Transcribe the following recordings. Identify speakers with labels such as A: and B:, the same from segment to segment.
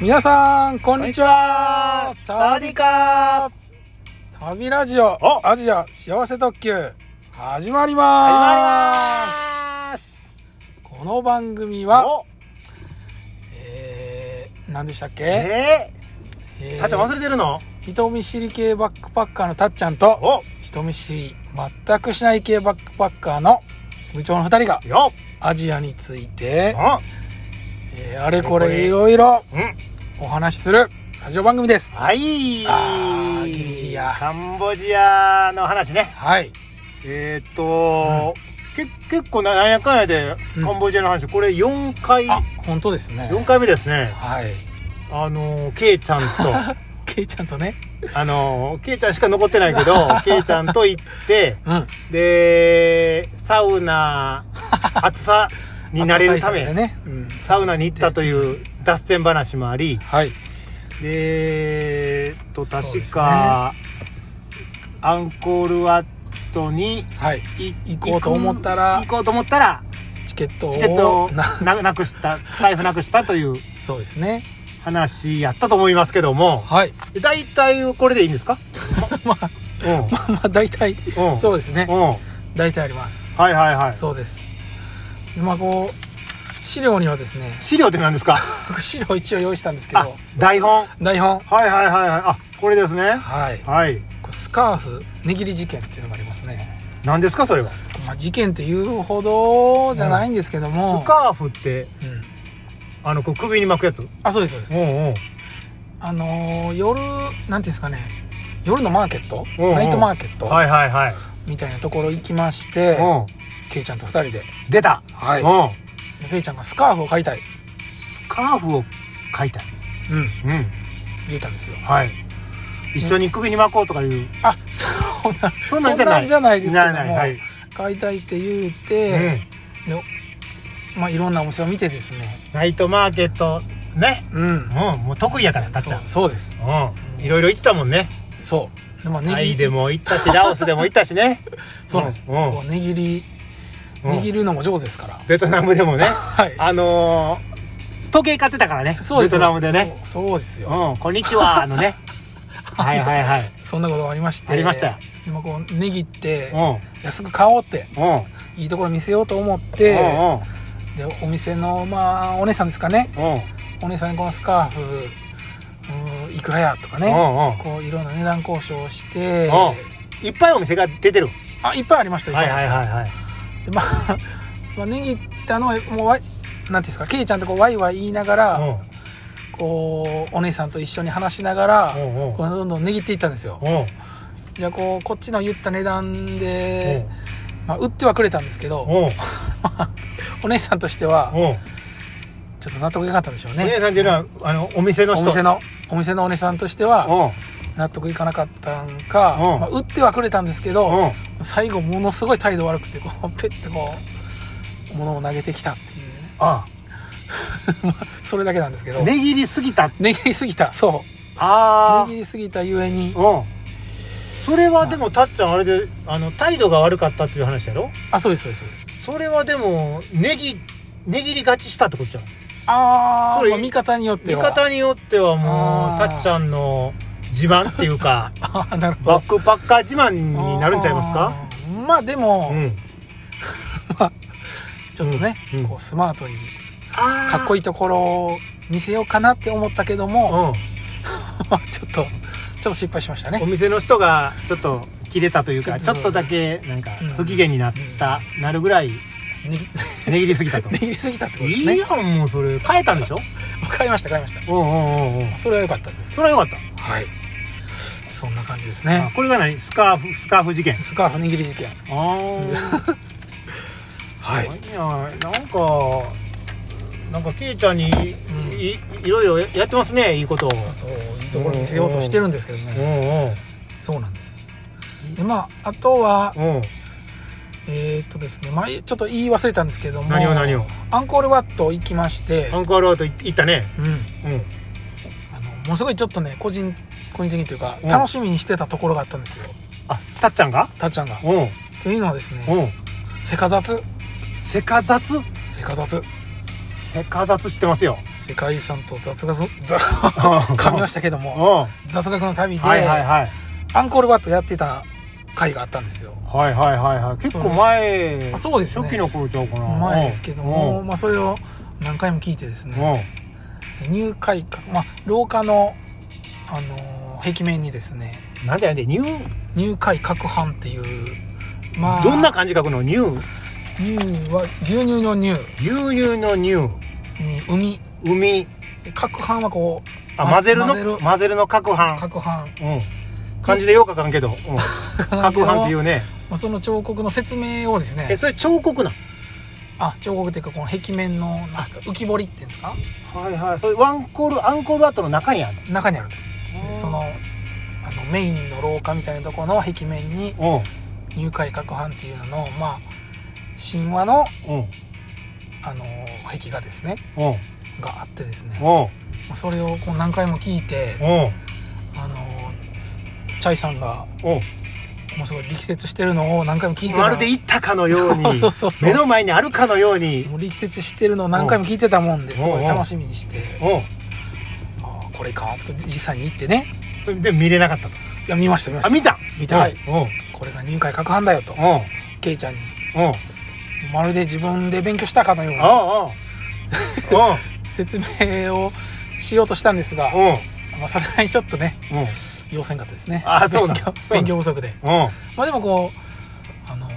A: 皆さん、こんにちは
B: サワディーカー
A: 旅ラジオ
B: お
A: アジア幸せ特急始まります
B: ります
A: この番組は、
B: お
A: えー、何でしたっけ
B: え
A: え
B: ー、
A: ー
B: たっちゃん忘れてるの
A: 人見知り系バックパッカーのたっちゃんと、
B: お
A: 人見知り全くしない系バックパッカーの部長の二人が、
B: よ
A: アジアについて、
B: う
A: えーあれこれいろいろ
B: んうん
A: お話しするラジオ番組です。
B: はい
A: あーギリギリや
B: カンボジアの話ね
A: はい。
B: えー、っと、け結構ななんやかんやで
A: うん
B: カンボジアの話これ4回
A: あ
B: 4、
A: 本当ですね。
B: 回目ですね
A: はい。
B: あのーケイちゃ んと
A: ケイちゃんとね。
B: あのーケイちゃんしか残ってないけどケイちゃんと行って
A: うん。
B: でサ ウナ暑さになれるため
A: 朝対策でね。うん。
B: サウナに行ったという脱線話もあり、
A: はい。
B: で、えーっと、確か、アンコールワットに
A: はい。
B: い
A: 行こうと思ったら
B: 行く行こうと思ったら、
A: チケットを。
B: チケットを
A: な
B: ななくした、財布なくしたという
A: そうですね。
B: 話やったと思いますけども、
A: はい。
B: 大体これでいいんですか
A: まあ、
B: うん。うん。
A: まあまあ、大体、
B: うん
A: そうですね。
B: はい
A: 大体あります。
B: はいはい。
A: そうです。でまあ、こう、資料にはですね、
B: 資料って何ですか
A: 僕資料一応用意したんですけ
B: あ
A: ど、、
B: 台本。
A: 台本。
B: はいはいはいはい。あ、これですね。
A: はい。
B: はい。
A: こうスカーフ、値切り事件っていうのがありますね。
B: 何ですかそれは。
A: まあ、事件っていうほどじゃないんですけども、
B: スカーフって、
A: うん
B: あの、こう首に巻くやつ。
A: あそうですそうです
B: うんうん。
A: あのー夜なんていうんですかね夜のマーケット
B: うんうん
A: ナイトマーケット
B: はいはいはい。
A: みたいなところ行きまして
B: う
A: ケイちゃんと2人で
B: ん。出た。
A: はい
B: うん。
A: でケイちゃんがスカーフを買いたい
B: スカーフを描いたい。
A: うん
B: うん。
A: 言うたんですよ
B: はい。一緒に首に巻こうとかいう。
A: あそうなん
B: そんなんじゃない
A: そんじゃないですけども
B: ないないはい
A: 買いたいって言う
B: う
A: て、。でまあいろんなお店を見てですね
B: ナイトマーケット、ね。
A: うん
B: うん。もう得意やから、たっち
A: そ
B: ゃ
A: うそうです
B: ん。うん。いろいろ行ってたもんね。
A: そうでまあ
B: タ
A: ネ
B: イ
A: ギ
B: でも行ったし、ラオスでも行ったしね。
A: そうなんです、
B: うんうん
A: こう値切り
B: うん
A: 握るのも上手ですから、
B: ベトナムでもね。
A: はい
B: あのー、時計買ってたからね。
A: そうで
B: ベ
A: す
B: トナムでね。
A: そうそうですよ、
B: うん。こんに ちは、のね。はいはいはい。
A: そんなことがありまして
B: ありましたよ
A: でもこう値切って
B: う
A: 安く買おうって
B: ん。うん。
A: いいところ見せようと思って
B: う
A: でお店のまあお姉さんですかね
B: んうん。うん。
A: お姉さんにこのスカーフうーんいくらやとかね
B: うんうん。
A: こういろんな値段交渉をして
B: うん。いっぱいお店が出てる。
A: あいっぱいありましたいっぱ
B: はいい
A: あ
B: はい
A: りま
B: はい
A: したでまあ
B: はい。
A: まあ値切ったのはもうわいなんていうんですかケイちゃんとこうワイワイ言いながら、
B: う
A: こうお姉さんと一緒に話しながら、
B: うんうん
A: こうどんどん値切っていったんですよ、
B: ん。うん。
A: じゃあこうこっちの言った値段で
B: うん、
A: まあ、売ってはくれたんですけど、
B: うん。
A: お姉さんとしては
B: うん。
A: ちょっと納得いかなかったんでしょう
B: お姉
A: ね
B: さんっていうのは、あの、お店の
A: お
B: 人。
A: 店のお店のお姉さんとしては
B: う
A: 納得いかなかったんか、
B: うん
A: まあ、売ってはくれたんですけ
B: ん。う
A: ど
B: ん。
A: 最後ものすごい態度悪くてこう ペッてこう物を投げてきたっていうね
B: あ
A: まあそれだけなんですけど
B: あ。値切りすぎた。
A: 値切りすぎたそう
B: ああ
A: 値切。りすぎたゆえに
B: うん。それはでも、たっちゃんあれで、あの、態度が悪かったっていう話やろ
A: あそうですそうですそうです
B: それはでも、値切、値切り勝ちしたってことじゃん。
A: あ
B: そ
A: ー、
B: れ
A: まあ見方によって
B: 見
A: は
B: 方によってはも
A: あ
B: う、
A: ー、
B: たっちゃんの自慢っていうか
A: あーなるほど
B: バックパッカー自慢になるんちゃいますか
A: あーまあでも、
B: うん。
A: ちょっとね、
B: うんうん
A: こうスマートに
B: あ
A: かっこいいところを見せようかなって思ったけども、
B: うん。
A: まあ ちょっとちょっと失敗しました
B: お
A: ね
B: 店の人がちょっと切れたというか
A: ちょ
B: ち
A: っ
B: ょ
A: と
B: っとだけなんか不機嫌になった、なるぐらい
A: 握 り。
B: 値切りすぎたと
A: 握りすぎたってことで
B: い
A: す
B: い
A: ね
B: やんもうそれ変えたんでしょ
A: 買いました買いました
B: うんうんうんうん
A: それは良かったんですけ
B: それはよかった、
A: どはいそんな感じです
B: あ
A: ね
B: これが何スカーフスカーフ事件
A: スカーフ握り事件
B: あ あ
A: はい
B: いやなんかなんかケイちゃんにい,、
A: ん
B: いろいろやってますねいいことを
A: そういいところ見せようとしてるんですけど
B: う
A: ね
B: んうん
A: そうなんですでまああとは
B: うん
A: えー、っとですね前ちょっと言い忘れたんですけども
B: 何を何を
A: アンコールワット行きまして
B: アンコールアウト行ったね
A: うん
B: うん
A: あのものすごいちょっとね個人個人的にというか、
B: うん
A: 楽しみにしてたところがあったんですよ
B: あたっちゃんが
A: たっちゃんが。
B: うん
A: というのはですね
B: うん
A: 「せかざつ」
B: せかざつ
A: 「せかざつ」
B: せかざつしてますよ
A: 「せ世界遺産と雑学 雑噛みましたけども
B: おう
A: 雑学の旅で、
B: はいはいはい
A: アンコールワットやってた回があったんですよ
B: はいはいはいはい結構前
A: あそうですね
B: 初期の頃ちゃうかな
A: 前ですけども、
B: うん
A: まあ、それを何回も聞いてですね
B: うん
A: 入会閣、まあ、廊下の、あのー壁面にですね
B: なんでなんでニュー
A: 入会各班っていうまあ
B: どんな漢字書くのニュー
A: 乳は牛乳の乳
B: 牛乳のニュー
A: に海
B: 海
A: 各班はこう
B: あ
A: ま
B: 混ぜるの混ぜるの各版
A: 各班、
B: うん漢字でよう書かんけどうん各版っていうね
A: まあ、その彫刻の説明をです
B: え
A: ね
B: それ彫刻なん
A: あ彫刻っていうかこの壁面のなんか浮き彫りっていうんですか
B: はいはいそれワンコールアンコールアートの中にある
A: 中にあるんです
B: うん
A: でそのあのメインの廊下みたいなところの壁面に
B: の
A: 入会各班っていうののまあ神話の
B: うんうん
A: あの壁画ですね
B: うん
A: があってですね
B: うん
A: まあそれをこう何回も聞いて
B: うん
A: あのチャイさんが
B: うん
A: もうすごい力説してるのを何回も聞いてた
B: まるで行ったかのように
A: そうそうそう
B: 目の前にあるかのように
A: もう力説してるのを何回も聞いてたもんですごい楽しみにして
B: うん
A: ああこれかとか実際に行ってね
B: それで見れなかったと
A: いや見ました見ま
B: あ
A: し
B: 見た
A: 見たはい
B: うんうん
A: たこれが入会各班だよと
B: うん
A: ケイちゃんに
B: うん
A: まるで自分で勉強したかのよう
B: あ
A: な
B: ああ
A: 説明をしようとしたんですが
B: あうんうん
A: まあさすがにちょっとね
B: うん
A: 要せんかったですね
B: あそうなん
A: 勉強
B: そうなん
A: 勉強不足で
B: うん
A: まあでもこうあのー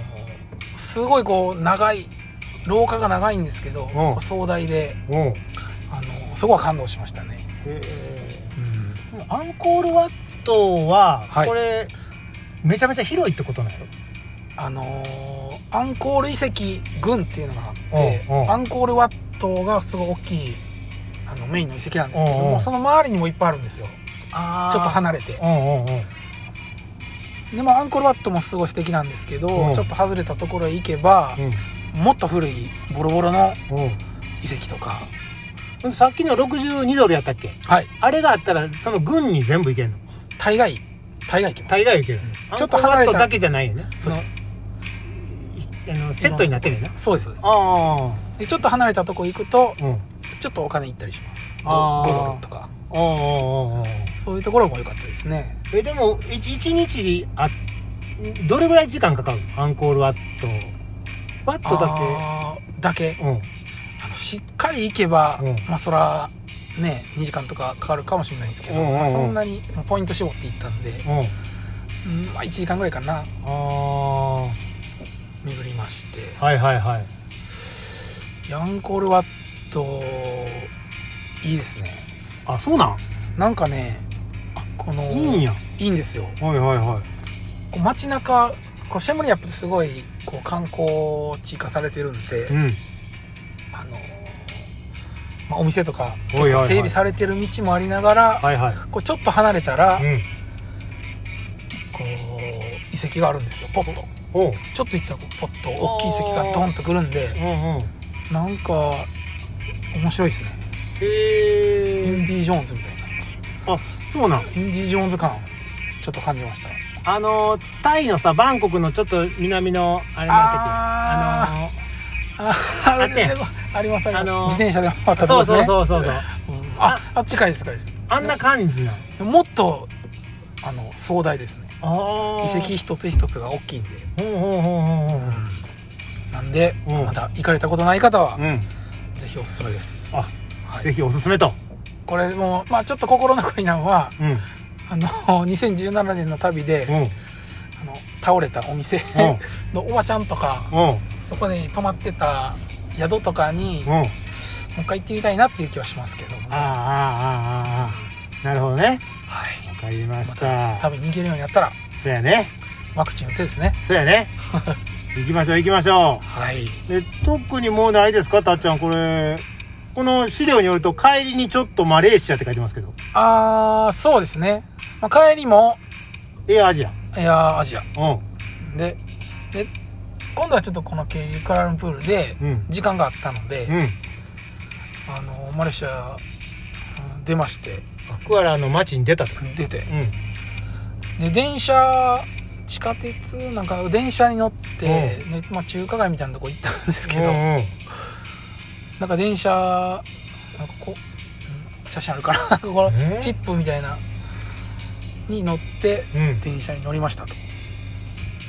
A: すごいこう長い廊下が長いんですけど、こう壮大で、
B: うん
A: あのーそこは感動しましたね、
B: アンコールワットは
A: はい
B: これめちゃめちゃ広いってことなの
A: あのーアンコール遺跡群っていうのがあって
B: おうおう
A: アンコールワットがすごい大きいあのメインの遺跡なんですけども
B: おうおう
A: その周りにもいっぱいあるんですよ
B: あ
A: ちょっと
B: 離
A: 離れて
B: うんうんうん
A: でもアンコールワットもすごい素敵なんですけ
B: お
A: ど
B: う
A: ちょっと外れたところへ行けばもっと古いボロボロの
B: うん
A: 遺跡とか
B: うんさっきの62ドルやったっけ
A: はい
B: あれがあったらその軍に全部いけるの
A: 大概大概行きます
B: 大概いける
A: ん
B: アン
A: ちょ
B: コ
A: っと
B: ールワ
A: 離れた
B: ットだけじゃないよね
A: そ
B: そ
A: う
B: の
A: で
B: いあのセットになってるよな
A: そうですそうです
B: あ
A: でちょっと離れたとこ行くと
B: あうん
A: ちょっとお金いったりします
B: あー
A: 5ドルとか
B: ああああ
A: そういうところも良かったですね
B: えでもいち一日にあどれぐらい時間かかるのアンコールワットワットだ
A: あーだけ
B: けうん
A: あのしっかり行けば、
B: うん
A: まあそらね2時間とかかかるかもしれないんですけど、
B: うんうんうん
A: まあそんなにもうポイント絞って行ったんで、
B: うん
A: うんまあ、1時間ぐらいかな
B: ああ
A: 巡りまして
B: はいはいはい
A: ヤンコールワットいいですね
B: あそうなん
A: なんかねあこの
B: いいんや
A: いいんですよ
B: はいはいはい
A: こう街中こうシェムリアップってすごいこう観光地化されてるんで、
B: うん
A: あのーまあ、お店とか結
B: おいおいおい
A: 構整備されてる道もありながら、
B: はいはい
A: こうちょっと離れたら、
B: うん
A: こう遺跡があるんですよポッと
B: おう
A: ちょっと行ったらこうポッと大きい遺跡がドンとくるんで
B: うんうん
A: なんか面白いですねイ
B: へえ
A: ンディ・ジョーンズみたいな
B: あそうなん
A: インディ・ジョーンズ感ちょっと感じました
B: あのータイのさバンコクのちょっと南のあれなんだっけあのー
A: あー
B: あってん
A: ありますあります、
B: あのー
A: 自転車で回ったとこ
B: そう
A: です
B: そ
A: ね
B: うそうそうそう
A: うんああ近いです近いです
B: あんな感じなの
A: もっとあの壮大ですね
B: あ
A: 遺
B: ー
A: 跡一つ一つが大きいんで
B: うんうんうんうんうん
A: なんで、
B: うん
A: まだ行かれたことない方は、
B: うん
A: ぜひおすすめです、
B: あ
A: は
B: ぜ
A: い、
B: ひおすすめと。
A: これもまあちょっと心残りなのは
B: うん。うん。
A: あの2017年の 旅で、あの倒れたお店 のおばちゃんとか
B: うん。
A: そこに泊まってた宿とかに
B: うん。
A: も
B: あ
A: う
B: あ、
A: 一回行ってみたいなっていう気はしますけども、
B: ああ、あ
A: は
B: あ、ああ。なるほどね。
A: い、
B: わかりまし
A: また
B: た。
A: 旅に行けるようになったら
B: そうやね。
A: ワクチン打ってですね
B: そうや ね。行きましょう、行きましょ
A: はい、
B: う。で、特にもうないですか、たっちゃん、これ。この資料によると、帰りにちょっとマレーシアって書いてますけど。
A: あーそうですね、まあ、帰りも
B: エアアジア。
A: エアアジア
B: うん。
A: でで今度はちょっとこの経由カラルンプールで
B: うん
A: 時間があったので、
B: うん。
A: あのマレーシアうん出まして
B: アクアラの街に出たと。
A: 出て
B: うん。
A: で電車地下鉄なんか電車に乗って、
B: う
A: でまあ、中華街みたいなとこ行ったんですけ
B: う
A: ど、
B: んうん。
A: なんか電車なんかこ写真あるから こ
B: え
A: のチップみたいなに乗って
B: うん
A: 電車に乗りましたと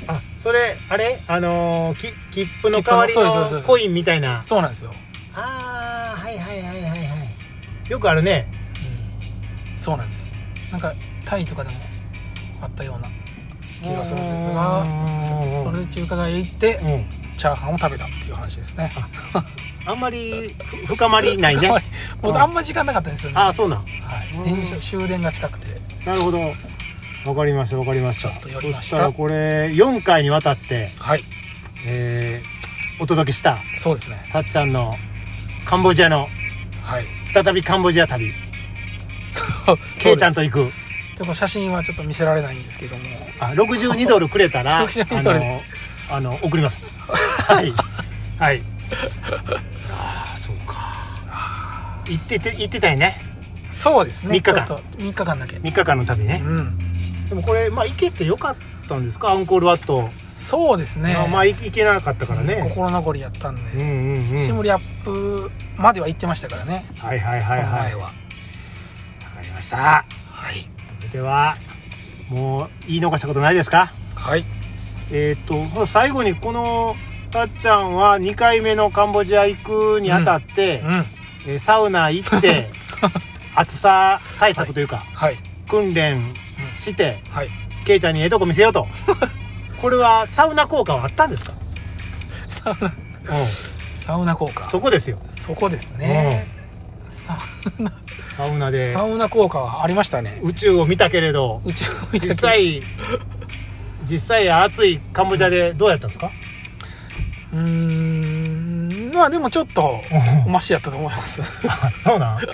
B: あそれあれあのー、き切符の代わり
A: 切符のそうですそう
B: の
A: です
B: コインみたいな
A: そうなんですよ、
B: ああはいはいはいはいはいよくあるね
A: うん、そうなんですなんかタイとかでもあったような気がするんですがそれで中華街へ行って
B: うんうん
A: チャーハンを食べたっていう話ですね
B: あんまりふ深まりないね
A: もうあんま時間なかったんですよね、
B: あ
A: は
B: あそうなん
A: い、電車終電が近くて
B: なるほどわかりましたわかりました
A: ちょっと寄りました
B: そしたらこれ4回にわたって、
A: はい
B: えーお届けした
A: そうですね
B: たっちゃんのカンボジアの
A: はい
B: 再びカンボジア旅
A: そう
B: ケイちゃんと
A: そうで
B: 行く
A: すちょっと写真はちょっと見せられないんですけども
B: あ62ドルくれ たらあ
A: 62ドル
B: のあの送ります はいはいああそうか行ってて行ってたよね
A: そうですね
B: 三日間
A: ちょっと3日間だけ
B: 3日間の旅ね、
A: うん
B: でもこれまあ行けてよかったんですかアンコールワット、
A: そうですね
B: まあまあ行行けなかったからね、
A: 心残りやったん
B: うん
A: で、
B: うんうん
A: シムリアップまでは行ってましたからね
B: はいはいはい
A: この
B: はい
A: 前は
B: わかりました
A: はい
B: それではもう言い逃したことないですか
A: はい
B: えーっ、ともう最後にこのたっちゃんは2回目のカンボジア行くにあたって、
A: うん
B: えーサウナ行って 暑さ対策というか、
A: はい
B: 訓練して
A: はい
B: ケイちゃんにええとこ見せよ うとこれはサウナ効果はあったんですか、
A: サウナ
B: う
A: サウナ効果
B: ん、そこですよ
A: そこですね、サウナ
B: サウナで
A: サウナ効果はありましたね
B: 宇宙を見たけれど
A: 宇宙を見た時
B: 実際実際暑いカンボジアでどうやったんですか、
A: うーんまあでもちょっとマシやったと思います
B: そうなん